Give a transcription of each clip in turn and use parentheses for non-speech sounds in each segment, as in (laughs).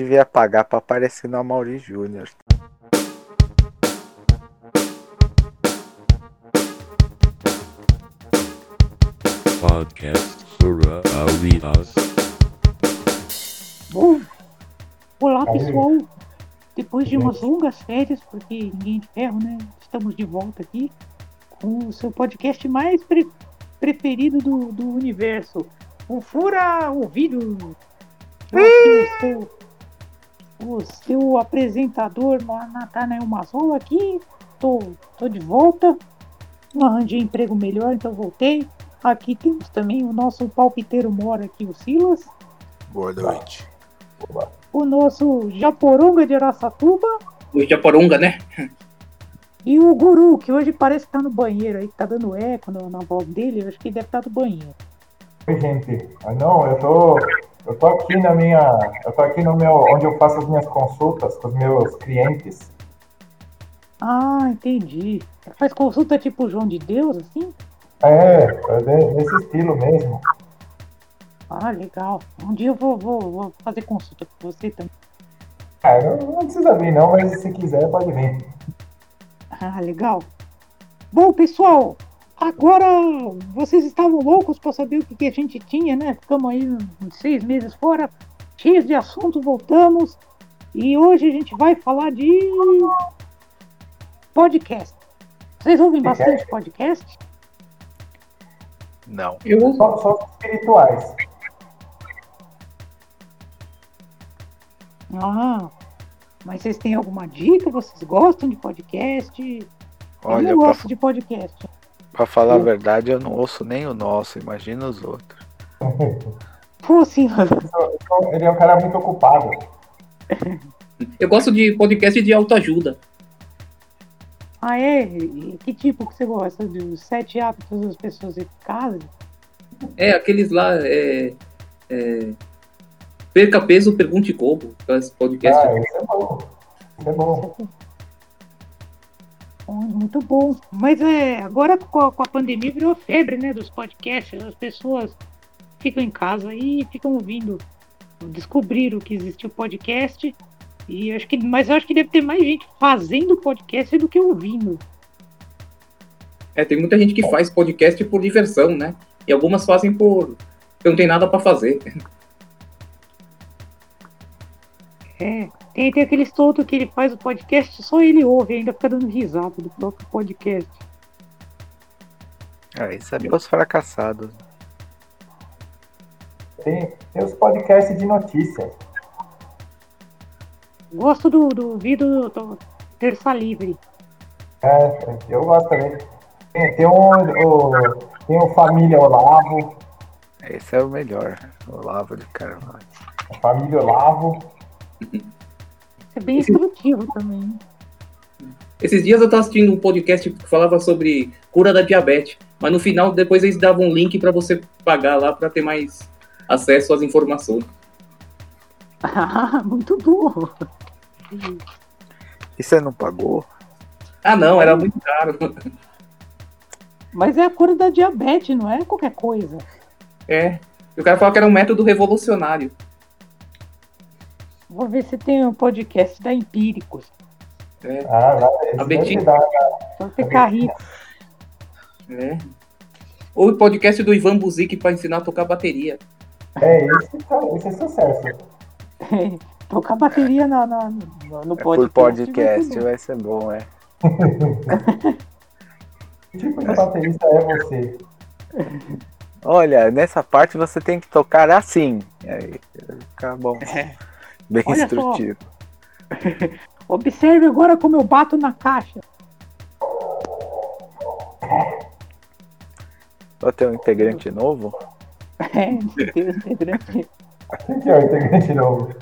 devia pagar pra aparecer no Amaury Júnior. Podcast Sura Aulias. Bom, olá pessoal. Depois de umas longas férias, porque ninguém de ferro, né? Estamos de volta aqui com o seu podcast mais pre- preferido do, do universo. O Fura Ouvido. Eu aqui, o, seu, o seu apresentador, Ma- Nathanael Mazola, aqui. Tô, tô de volta. Arranjei emprego melhor, então voltei. Aqui temos também o nosso palpiteiro mora aqui, o Silas. Boa noite. o nosso Japoronga de Araçatuba O Japorunga, né? e o Guru, que hoje parece que tá no banheiro aí, que tá dando eco na, na voz dele, eu acho que ele deve estar no banheiro. Oi, gente. Ah, Não, eu tô, eu tô aqui na minha, eu tô aqui no meu, onde eu faço as minhas consultas com os meus clientes. Ah, entendi. Faz consulta tipo João de Deus, assim? É, é de- nesse estilo mesmo. Ah, legal. Um dia eu vou, vou, vou fazer consulta com você também. Ah, não, não precisa vir não, mas se quiser pode vir. Ah, legal. Bom, pessoal, agora vocês estavam loucos para saber o que, que a gente tinha, né? Ficamos aí uns seis meses fora, cheios de assunto, voltamos. E hoje a gente vai falar de podcast. Vocês ouvem bastante podcast? Não. Eu. Só, só os espirituais. Ah, mas vocês têm alguma dica? Vocês gostam de podcast? Olha, eu não pra, gosto de podcast. pra falar a verdade, eu não ouço nem o nosso, imagina os outros. (laughs) Pô, assim, Então, Ele é um cara muito ocupado. Eu gosto de podcast de autoajuda. ah é? E Que tipo que você gosta? Dos sete hábitos das pessoas eficazes? É, aqueles lá. É, é, Perca peso, pergunte como. Aqueles podcasts. Ah, isso é bom. Isso é bom. Bom, Muito bom. Mas é, agora com a, com a pandemia virou febre, né? Dos podcasts. As pessoas ficam em casa e ficam ouvindo. Descobriram que existiu podcast. E acho que, mas eu acho que deve ter mais gente fazendo podcast do que ouvindo. É, tem muita gente que faz podcast por diversão, né? E algumas fazem por. Não tem nada pra fazer. É. Tem, tem aquele solto que ele faz o podcast, só ele ouve, ainda fica dando risada do próprio podcast. Ah, isso é para os fracassados. Tem, tem os podcasts de né, notícias. Gosto do, do vídeo do Terça Livre. Eu gosto também. Tem, tem, um, o, tem o Família Olavo, Esse é o melhor. Olavo de Carvalho. Família Olavo. Isso é bem instrutivo também. (laughs) né? Esses dias eu tava assistindo um podcast que falava sobre cura da diabetes. Mas no final, depois eles davam um link pra você pagar lá pra ter mais acesso às informações. Ah, muito bom. E você não pagou? Ah, não, era muito caro. Mas é a cura da diabetes, não é qualquer coisa. É. E o cara falou que era um método revolucionário. Vou ver se tem um podcast da Empíricos. Ah, lá, eles A Betinha. sempre dá- Tá Pra ficar rico. É. Ou o podcast do Ivan Buzik pra ensinar a tocar bateria. É, esse, tá- esse é sucesso. Tocar bateria na, na- no, no É por podcast, vai ser vai ser bom, é. Que tipo de baterista é você? Olha, nessa parte você tem que tocar assim. Aí, fica (laughs) bom. Bem É. Olha só. instrutivo. bom. Observe agora como eu bato na caixa. (laughs) Ó, tem um integrante novo? É, meu Deus, (laughs) integrante. Quem que é o integrante novo?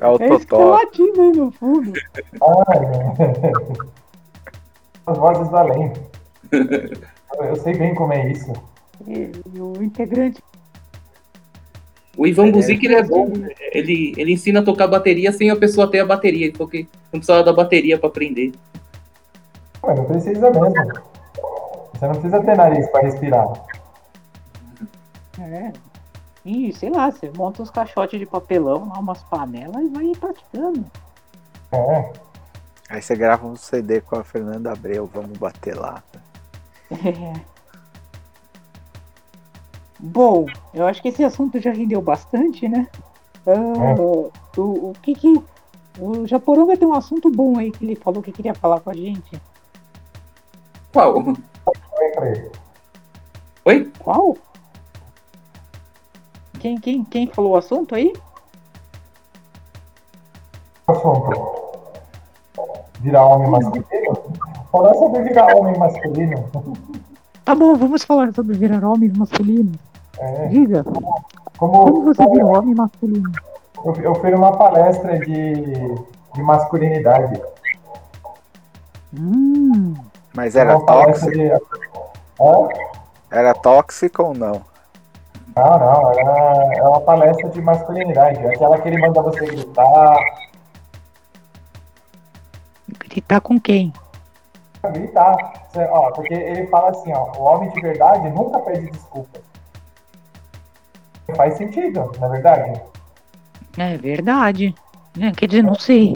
É o É isso que tá Totó. latindo aí no fundo. As vozes do além. Eu- Eu sei bem como é isso. E- e o integrante. O Ivan É. Buzik ele é bom. né? Ele, ele ensina a tocar bateria sem a pessoa ter a bateria. Ele falou que não precisava da bateria pra aprender. Mas não precisa mesmo. Você não precisa ter nariz para respirar. É. E sei lá, você monta uns caixotes de papelão, lá, umas panelas e vai praticando. É, Aí você grava um CD com a Fernanda Abreu, vamos bater lá. É. Bom, eu acho que esse assunto já rendeu bastante, né? Ah, o, o que que. O Japoronga tem um assunto bom aí que ele falou que queria falar com a gente. Qual? sempre. Oi? Qual? Quem, quem, quem falou o assunto aí? Assunto. Virar homem masculino? Falar sobre virar homem masculino. Tá bom, vamos falar sobre virar homem masculino. É, Diga, como como você (laughs) virou homem masculino? eu, eu fiz uma palestra de, de masculinidade. Hum, Mas era uma palestra tóxico? de. Hã? Era tóxico ou não? Não, não, era, era uma palestra de masculinidade. É Aquela que ele manda você gritar, gritar com quem? gritar. Você- ó, porque ele fala assim, ó, o homem de verdade nunca pede desculpa. Faz sentido, na verdade. É verdade. É, Quer dizer, não sei.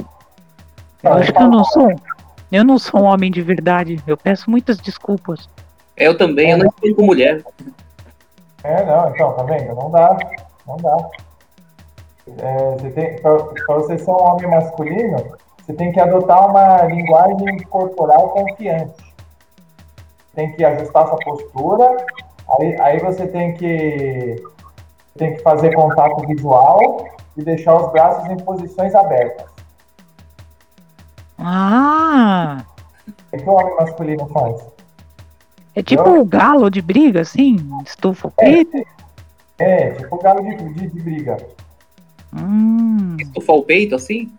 Eu Não, acho ele que eu fala, não sou. Eu não sou um homem de verdade. Eu peço muitas desculpas. Eu também, eu não estou com mulher. É, não, então, tá vendo? Não dá, não dá. É, você tem, pra, pra você ser um homem masculino, você tem que adotar uma linguagem corporal confiante. Tem que ajustar sua postura, aí, aí você tem que, tem que fazer contato visual e deixar os braços em posições abertas. Ah! O que o homem masculino faz? É tipo o galo de briga, assim? Estufa o peito? É, tipo galo de, de, de briga. Hum. Estufar o peito assim?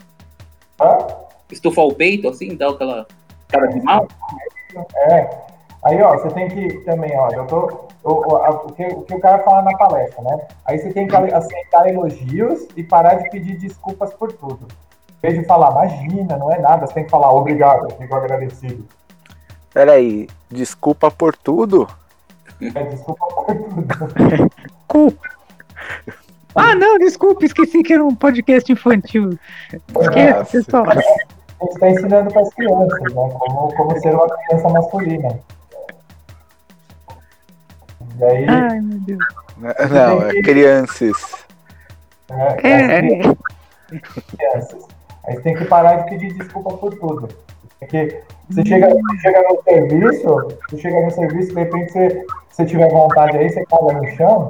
Hã? Estufar o peito assim? Dá aquela cara de mal? É. Aí, ó, você tem que também, ó, eu tô. O, o- a- o que, o que o cara fala na palestra, né? Aí você tem que aceitar elogios e parar de pedir desculpas por tudo. Em vez de falar, imagina, não é nada, você tem que falar obrigado, eu fico agradecido. Peraí, desculpa por tudo? É, desculpa por tudo. Cu. Ah, não, desculpa, esqueci que era um podcast infantil. Ah, Esquece, pessoal. A gente tá ensinando para as crianças, né? Como, como ser uma criança masculina. E aí, Ai, meu Deus. Não, é crianças. né, as É, é. crianças. Aí tem que parar de pedir desculpa por tudo. Porque você chega, você chega no serviço, você chega no serviço, de repente você, você tiver vontade aí, você caga no chão,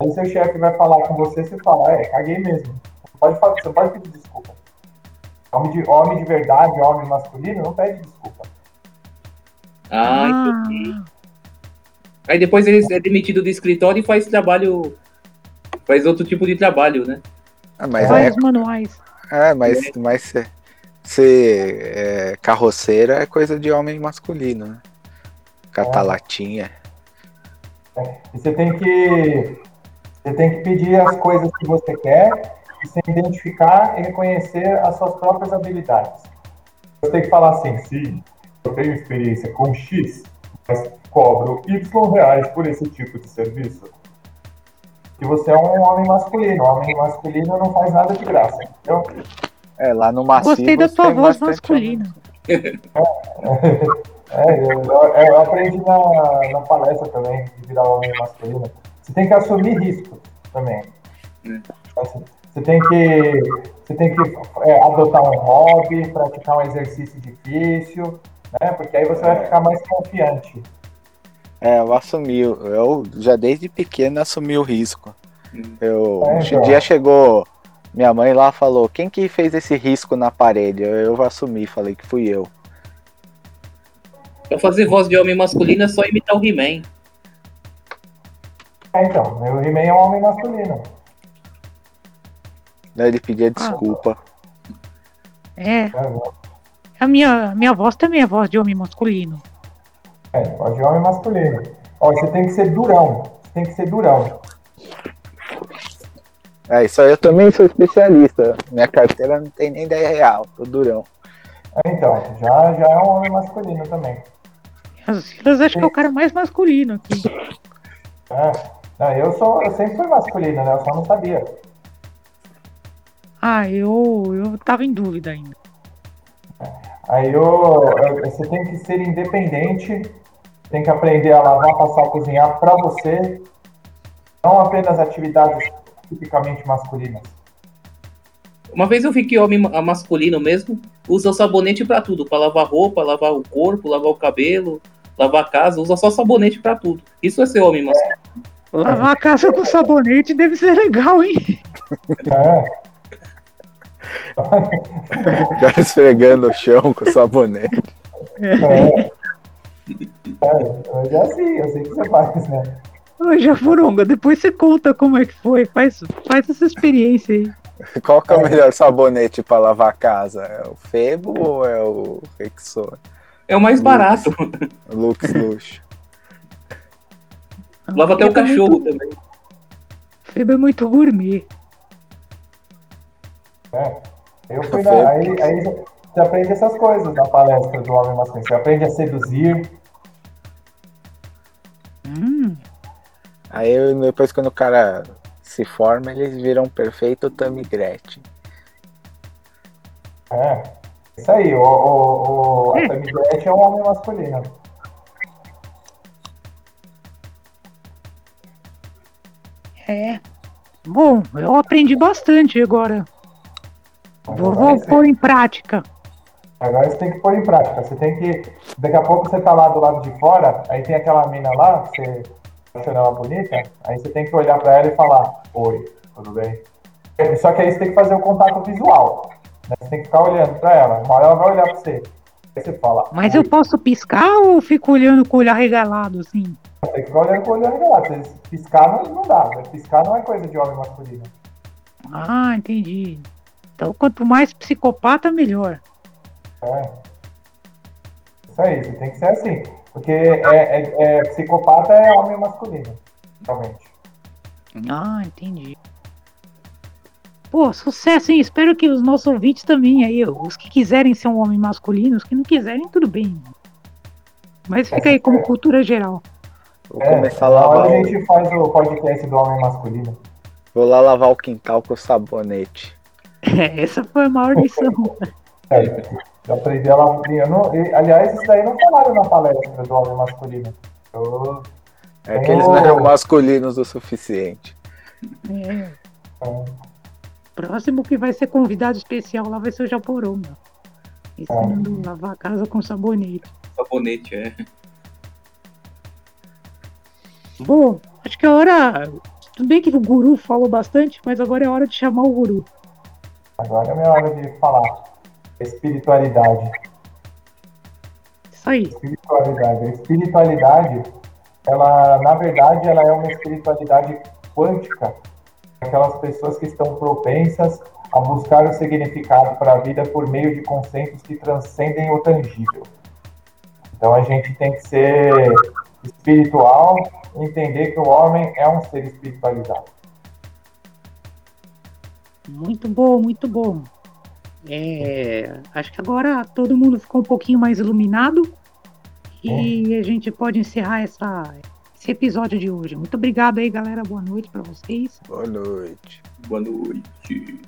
aí seu chefe vai falar com você, você fala, é, caguei mesmo. Você pode, falar, você pode pedir desculpa. Homem de, homem de verdade, homem masculino, não pede desculpa. Ah, entendi. Aí depois ele é demitido do escritório e faz trabalho. Faz outro tipo de trabalho, né? Ah, mas é, vários manuais. é, mas, mas ser, ser é, carroceira é coisa de homem masculino, né? Catar latinha. E você tem que, você tem que pedir as coisas que você quer, e se identificar e reconhecer as suas próprias habilidades. Você tem que falar assim, sim, eu tenho experiência com X, mas cobro Y reais por esse tipo de serviço. E você é um homem masculino, homem masculino não faz nada de graça. Então, É, lá no macio. Gostei da você sua tem voz bastante masculina. É, eu, eu- eu aprendi na, na palestra também de virar homem masculino. Você tem que assumir risco também. Hum. Assim, você tem que, você tem que é, adotar um hobby, praticar um exercício difícil, né? Porque aí você vai ficar mais confiante. É, eu assumi, eu já desde pequeno assumi o risco. Hum. Eu, É, um então. dia chegou minha mãe lá falou, quem que fez esse risco na parede? Eu, eu assumi, falei que fui eu. Pra fazer voz de homem masculino é só imitar o He-Man. É, então, o He-Man é um homem masculino. Daí Né, Ele pedia desculpa. É, né? a minha, minha voz também é voz de homem masculino. É, voz de homem masculino. Ó, você tem que ser durão. Você tem que ser durão. É, isso aí eu também sou especialista. Minha carteira não tem nem 10 real, tô durão. É, então, já, já é um homem masculino também. O Silas acho que é o cara mais masculino aqui. É. Não, eu, sou, eu sempre fui masculino, né? Eu só não sabia. Ah, eu, eu tava em dúvida ainda. Aí eu, eu- você tem que ser independente, tem que aprender a lavar, passar, cozinhar pra você, não apenas atividades tipicamente masculinas. Uma vez eu fiquei homem ma- masculino mesmo, usa sabonete pra tudo, pra lavar roupa, lavar o corpo, lavar o cabelo, lavar a casa, usa só sabonete pra tudo. Isso é ser homem masculino. Lavar a Ah, casa com sabonete deve ser legal, hein? É, O cara esfregando o chão com sabonete. é. É, eu já sei, eu sei que você faz, né? Ô, Jafuronga, É depois você conta como é que foi. Faz, faz essa experiência aí. (laughs) Qual que é o melhor sabonete pra lavar a casa? É o Febo ou é o Rexona? É o mais barato. (laughs) Lux Luxo. Lava até o Febo é cachorro muito- também. Febo é muito gourmet. É. Eu fui na, aí, aí você aprende essas coisas na palestra do homem masculino. Você aprende a seduzir. Hum, Aí depois quando o cara se forma, eles viram um perfeito Tammy Gretchen. É. Isso aí, o, o, o, a Tammy Gretchen é um homem masculino. é. Bom, eu aprendi bastante agora. Vou, vou é. Agora você- pôr em prática. Agora você tem que pôr em prática. Você tem que. Daqui a pouco você tá lá do lado de fora, aí tem aquela mina lá, que você achando ela bonita, aí você tem que olhar pra ela e falar: Oi, tudo bem? Só que aí você tem que fazer o contato visual. né? Você tem que ficar olhando pra ela. Uma hora ela vai olhar pra você. Aí você fala: Mas "Oi". eu posso piscar ou fico olhando com o olhar regalado assim? Tem que ficar olhando com o olho regalado. Se piscar não, não dá. né? Piscar não é coisa de homem masculino. Ah, entendi. Então, quanto mais psicopata, melhor. É. Isso aí, você tem que ser assim. Porque é, é- é- psicopata é homem masculino. Realmente. Ah, entendi. Pô, sucesso, hein? Espero que os nossos ouvintes também aí, os que quiserem ser um homem masculino, os que não quiserem, tudo bem. Mas fica aí como cultura geral. (laughs) Vou É, começar a na hora lavar. a o- gente faz o podcast do homem masculino. Vou lá lavar o quintal com sabonete. É, essa foi a maior lição. É, eu aprendi a lavar. eu não- e, aliás, isso daí não falaram na palestra do homem masculino. Eu- É que eles não eram masculinos o suficiente. É. Bom. Próximo que vai ser convidado especial lá vai ser o Japoronga. Ensinando a lavar a casa com sabonete. Sabonete, é. Bom, acho que é hora. Tudo bem que o guru falou bastante, mas agora é hora de chamar o guru. agora é minha hora de falar. Espiritualidade. Isso aí. Espiritualidade. A espiritualidade, ela, na verdade, ela é uma espiritualidade quântica. Aquelas pessoas que estão propensas a buscar o significado para a vida por meio de conceitos que transcendem o tangível. Então a gente tem que ser espiritual, entender que o homem é um ser espiritualizado. Muito bom, muito bom. É, acho que agora todo mundo ficou um pouquinho mais iluminado e a gente pode encerrar essa, esse episódio de hoje. Muito obrigado aí, galera. Boa noite para vocês. Boa noite. Boa noite.